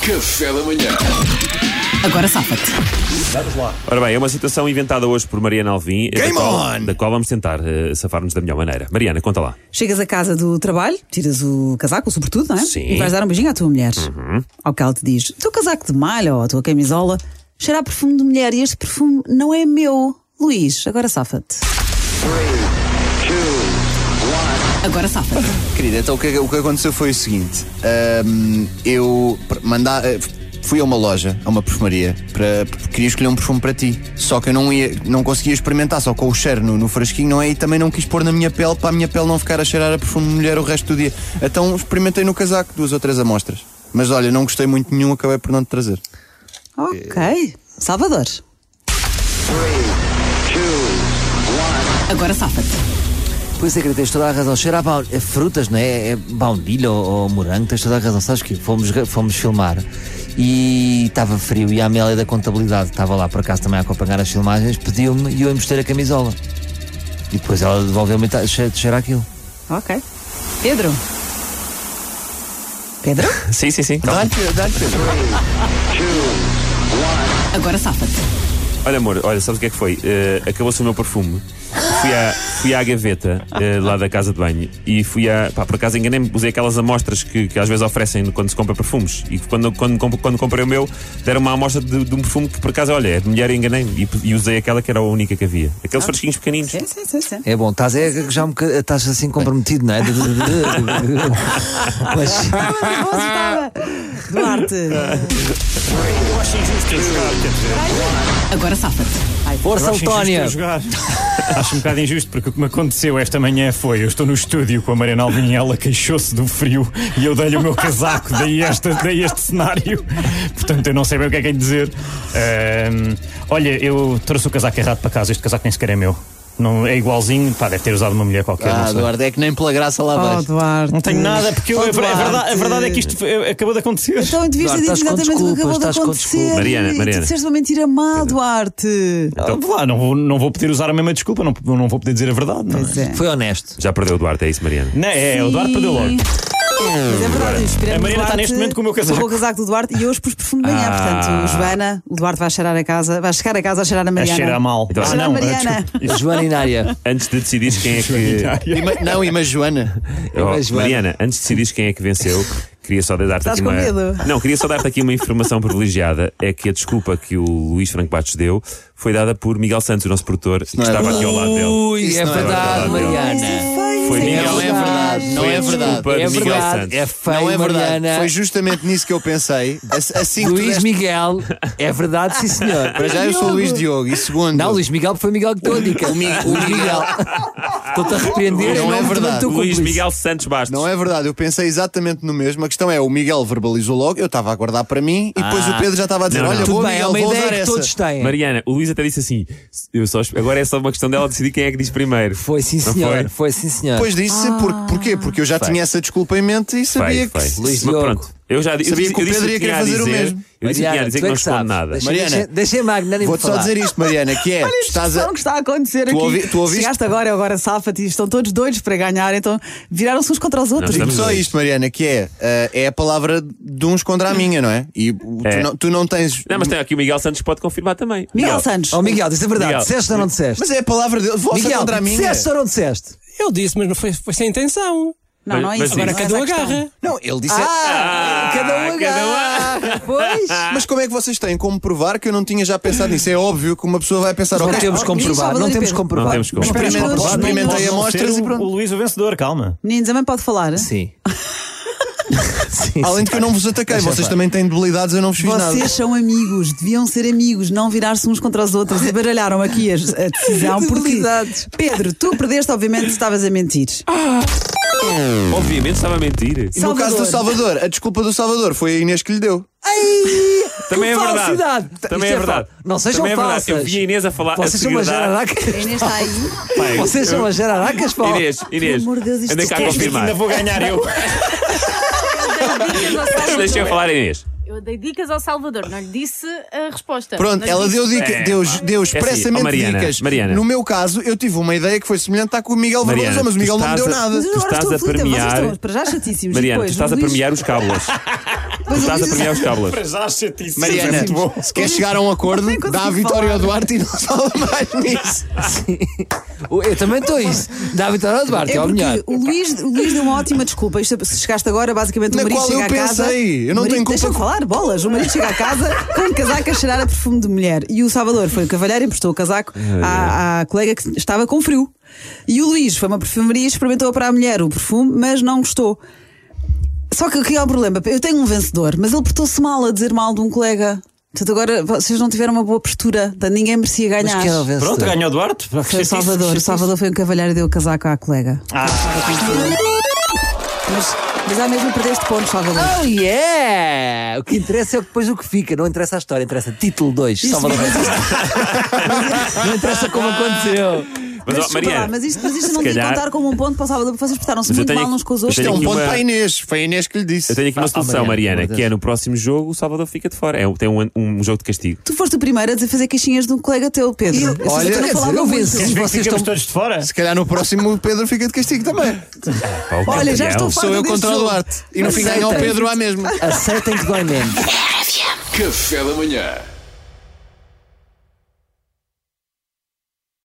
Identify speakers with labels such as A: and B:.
A: Café da manhã.
B: Agora safa-te.
C: Ora bem, é uma citação inventada hoje por Mariana Alvim, eh,
D: Game
C: da qual,
D: on!
C: da qual vamos tentar eh, safar-nos da melhor maneira. Mariana, conta lá.
B: Chegas a casa do trabalho, tiras o casaco, sobretudo, não é?
C: Sim.
B: E vais dar um beijinho à tua mulher. Ao que ela te diz: teu casaco de malha ou a tua camisola cheira a perfume de mulher e este perfume não é meu. Luís, agora safa-te. Agora safa-te.
D: Querida, então o que, o que aconteceu foi o seguinte: Ahm, eu pr- manda, eh, fui a uma loja, a uma perfumaria, para, porque queria escolher um perfume para ti. Só que eu não, ia, não conseguia experimentar, só com o cheiro no, no frasquinho, não é? E também não quis pôr na minha pele para a minha pele não ficar a cheirar a perfume de mulher o resto do dia. Então experimentei no casaco duas ou três amostras. Mas olha, não gostei muito de nenhum, acabei por não te trazer.
B: Ok. Salvador. Agora safa-te.
E: Pois é, querido, tens toda a razão. Cheira a, baun- a frutas, não é? É baunilha ou, ou morango, tens toda a razão. Sabes que fomos, ga- fomos filmar e estava frio e a Amélia da contabilidade estava lá por acaso também a acompanhar as filmagens, pediu-me e eu emprestei a camisola. E depois ela devolveu-me e tá- che- cheira aquilo.
B: Ok. Pedro. Pedro?
C: Sim, sim, sim. calma.
D: Dá-lhe, dá-lhe, Pedro.
B: Agora safa-te.
C: Olha, amor, olha, sabes o que é que foi? Eh, Acabou-se o meu perfume. Fui à, fui à gaveta eh, lá da casa de banho e fui à. Pá, por acaso enganei-me, usei aquelas amostras que, que às vezes oferecem quando se compra perfumes. E quando, quando, comp- quando comprei o meu, deram uma amostra de, de um perfume que por acaso, olha, é de mulher e enganei-me. E, pe- e usei aquela que era a única que havia. Aqueles fresquinhos pequeninos.
B: Sim, sim, sim, sim.
E: É bom, estás é, já um boca- estás assim comprometido, não é? Mas,
B: Duarte. Agora safa-te.
E: força,
F: Acho injusto
E: Letónia!
F: eu é jogar. Acho um bocado injusto, porque o que me aconteceu esta manhã foi: eu estou no estúdio com a Mariana Alvim e ela queixou-se do frio e eu dei-lhe o meu casaco, daí este, daí este cenário. Portanto, eu não sei bem o que é que é de dizer. Ahm, olha, eu trouxe o casaco errado para casa, este casaco nem sequer é meu. Não, é igualzinho, pá, deve ter usado uma mulher qualquer. não
D: Ah,
F: sei.
D: Eduardo, é que nem pela graça lá vais.
B: Oh, Duarte.
F: Não tenho nada, porque eu,
B: Oh,
F: a, ver- a
B: Duarte.
F: verdade, a verdade é que isto foi- acabou de acontecer.
B: Então eu devia ter dito
E: Duarte, estás com
B: exatamente o que acabou de
E: desculpas, estás com
B: acontecer.
E: desculpas.
C: Mariana,
B: E tu
C: Mariana.
B: disseste uma mentira
F: é.
B: má, Duarte.
F: Ah, vá lá, não vou, não vou poder usar a mesma desculpa, não, não vou poder dizer a verdade. Não,
B: Pois é.
E: Foi honesto.
C: Já perdeu o Duarte, é isso, Mariana.
F: não é, é, o Eduardo perdeu logo.
B: Mas é verdade, eu inspirei-me
F: A Mariana
B: no Duarte,
F: está neste momento com o meu casaco.
B: Com o casaco do Duarte e hoje pus perfume de manhã.
C: Ah.
B: Portanto, Joana, o Duarte vai cheirar a casa, vai chegar a casa a cheirar a
F: A
B: Mariana.
F: cheirar mal.
C: Então,
F: ah,
B: Cheirar
F: não,
B: a Mariana.
F: desculpa.
E: Joana Inária.
C: Antes de decidir quem é que.
D: E ma- não, e mas Joana.
C: Oh,
E: Mas, Joana-
C: Mariana, antes de decidires quem é que venceu, queria só dar-te
B: Estás
C: aqui
B: com
C: uma.
B: medo?
C: Não, queria só dar-te aqui uma informação privilegiada. É que a desculpa que o Luís Franco Bastos deu foi dada por Miguel Santos, o nosso produtor, que
D: não é
C: estava aqui ao lado dele.
E: Ui,
D: Isso
E: é
D: não é
E: verdade,
C: verdade,
E: Mariana.
C: Foi
E: É
C: Miguel.
E: verdade, não
C: Foi
E: é
C: a
E: verdade.
C: desculpa
E: É
C: de Miguel
E: verdade,
C: Santos.
E: é
D: não
E: feio,
D: é verdade.
E: Mariana.
D: Foi justamente nisso que eu pensei. Ass- Assim que tu
E: Luís
D: deste-
E: Miguel, é verdade, sim senhor.
D: Para já eu sou o Luís Diogo e segundo.
E: Não, Luís Miguel foi o Miguel que deu a dica.
D: O Mi- o Miguel.
E: Estou-te a repreender,
D: Não
E: em
D: é
E: nome de
D: verdade.
E: todo o teu
C: Luís
E: cúmplice.
C: Miguel Santos Bastos.
D: Não é verdade, eu pensei exatamente no mesmo. A questão é, o Miguel verbalizou logo, eu estava a guardar para mim e depois o Pedro já estava a dizer:
C: Não, não.
D: Olha,
E: Ah. Tudo
D: boa
E: bem, é
D: Miguel,
E: uma
D: vou
E: ideia
D: usar
E: que
D: essa.
E: todos têm.
C: Mariana, o Luís até disse assim: eu só, agora é só uma questão dela decidir quem é que diz primeiro.
E: Foi sim
C: Não
E: senhor,
C: foi?
E: foi? sim senhor.
D: Depois disse, por,
E: Ah.
D: porquê? Porque eu já tinha essa desculpa em mente e sabia
C: Foi, foi.
D: que.
E: Luís
C: Mas
E: Diogo.
C: pronto, eu já eu
D: Sabia
C: disse-
D: que o
C: eu disse
D: Pedro ia
C: tinha a
D: querer fazer o
C: dizer-
D: mesmo. é
C: Eu disse que tinha a
E: é
C: dizer que não esconde nada.
D: Mariana,
E: Mariana, deixa a magnânimo
D: Vou-te só
E: falar.
D: dizer isto, Mariana, que é.
B: Olha a
D: estás
B: discussão
D: a-
B: que está a acontecer
D: Tu
B: aqui.
D: ouvi- tu ouviste?
B: Chegaste agora, agora safa-te e estão todos doidos para ganhar, então viraram-se uns contra os outros.
C: estamos-
D: Só isto, Mariana, que é. ah, é a palavra de uns contra a minha, não é? E o-
C: É.
D: Tu, não, tu não tens.
C: Não, mas tem aqui o Miguel Santos que pode confirmar também.
B: Miguel Santos.
E: Oh Miguel, diz a verdade,
C: Miguel.
E: disseste ou não disseste?
D: Mas é a palavra de. Vossa
E: Miguel, é
D: contra a minha.
E: disseste ou não disseste?
G: Eu disse, mas não foi, foi sem intenção.
B: Não, não é
C: Mas-
B: isso.
C: mas
G: Agora
B: não é
G: cada
B: essa
G: um
B: a questão.
G: agarra.
D: Não, ele disse. é,
E: Ah, cada um
C: cada um
E: agarra. Pois.
D: Mas como é que vocês têm como provar que eu não tinha já pensado nisso? É óbvio que uma pessoa vai pensar,
E: Não
D: ok,
E: temos como
B: Luís
E: provar,
B: Salvador
E: não
B: e
E: temos
B: Pedro.
E: como
C: Não
E: provar.
C: temos como.
B: Espera,
D: Experimenta-
B: mas-
D: experimentei
B: mas-
D: amostras
F: ser
D: e
F: o-
D: pronto.
F: O Luís o vencedor, calma.
B: Meninos, a mãe pode falar?
E: Sim. Sim, sim.
D: Além de que eu não vos ataquei, vocês também têm debilidades, eu não vos fiz nada.
B: Vocês são amigos, deviam ser amigos, não virar-se uns contra os outros e baralharam aqui as- a, decisão. Porque,
E: Debilidades.
B: Pedro, tu perdeste, obviamente, estavas a mentir.
C: Obviamente estava a mentir.
D: E no caso do Salvador, a desculpa do Salvador foi a Inês que lhe deu.
C: Também é verdade.
E: falsidade.
C: Também
E: Isto
C: é
E: é
C: verdade.
E: fal- não sejam
C: Também é verdade.
E: falsas.
C: Eu vi a Inês a falar. a
E: Vocês são umas
C: segredar.
E: jararacas.
B: Inês está aí.
C: Pai,
E: Vocês são
C: eu-
E: as jararacas, pá.
C: Inês, Inês.
B: amor de Deus, isto é
C: Anda cá a
B: queres
F: Este aqui
C: confirmar.
F: ainda vou ganhar eu.
C: Deixa eu falar, Inês.
H: Eu dei dicas ao Salvador, não lhe disse a resposta.
D: Pronto,
H: Não lhe
D: ela
H: disse.
D: deu, dica,
C: É,
D: deu,
C: pá.
D: deu
C: É assim,
D: expressamente
C: ó, Mariana,
D: dicas.
C: Mariana.
D: No meu caso, eu tive uma ideia que foi semelhante à que o Miguel
C: Mariana,
D: verbalizou, mas o
C: tu
D: Miguel não me
C: estás
D: deu
C: a-
D: nada.
B: Mas eu
C: Tu
B: agora
C: estás
B: estou
C: a
B: aflita, vocês
C: premiar-
B: estão para já chatíssimos. E
C: Mariana,
B: depois,
C: tu estás a
B: Luís-
C: premiar os cábulas. Tu estás a premiar os cábulas.
F: Para já, chatice.
D: Mariana,
F: é Muito bom.
D: se quer chegar a um acordo,
B: Nem consigo
D: dá a vitória ao
B: falar.
D: Duarte e não se fala mais nisso.
E: Eu também estou isso. Dá a vitória ao Duarte,
B: É
E: é o melhor.
B: porque o Luís, o Luís deu uma ótima desculpa. Isto, se chegaste agora, basicamente
D: Na
B: o marido
D: qual
B: chega
D: eu
B: à casa.
D: pensei. Eu não
B: o marido-
D: tenho culpa
B: Deixa-me
D: com-
B: falar, bolas. O marido chega à casa com um casaco a cheirar a perfume de mulher. E o Salvador foi o cavalheiro, emprestou o casaco à, à colega que estava com frio. E o Luís foi uma perfumaria e experimentou para a mulher o perfume, mas não gostou. Só que aqui há o problema. Eu tenho um vencedor, mas ele portou-se mal a dizer mal de um colega. Portanto, agora vocês não tiveram uma boa postura, portanto, ninguém merecia ganhar.
E: Mas que era o vencedor.
F: Pronto, ganhou o Duarte.
B: Foi o
F: Chatice,
B: é Salvador. O
F: chatice.
B: Salvador foi um cavalheiro e deu o casaco à colega.
C: Ah,
B: Mas, mas há mesmo perdeste pontos, Salvador.
C: Ah,
E: Oh yeah! O que interessa é o que- depois o que fica, não interessa a história, interessa título 2, Salvador. não interessa como aconteceu.
C: Mas, ó,
B: desculpa
C: Mariana,
B: lá, mas isto, mas isto
C: se
B: não tem que
C: calhar-
B: contar como um ponto para o Salvador, porque vocês portaram-se
C: Mas eu
B: muito
C: tenho-
B: mal uns com os
C: eu
D: Isto
B: outros.
D: é um
C: aqui
D: ponto
C: uma-
D: para a Inês. Foi a Inês que lhe disse.
C: Eu tenho aqui uma
E: Ah,
C: solução,
E: Mariana,
C: Mariana,
E: por
C: que é no próximo jogo o Salvador fica de fora. É, um- tem um, um jogo de castigo.
B: Tu foste o primeiro a dizer fazer queixinhas de um colega teu, Pedro. Eu, sei
E: Olha,
B: que tu não
E: quer dizer,
B: falava
E: eu
B: muito.
E: venci.
F: Queres ver que
E: Vocês
F: ficamos
E: estão-
F: todos de fora?
D: Se calhar no próximo o Pedro fica de castigo também.
C: Pá, o
B: Olha, já
C: campeão.
B: estou farta
D: Sou eu
B: deste
D: contra o
B: jogo.
D: Duarte. E no
E: Mas
D: fim ganha o
E: aceitem.
D: Pedro à mesma.
E: Aceitem que dói menos.
A: Café da manhã.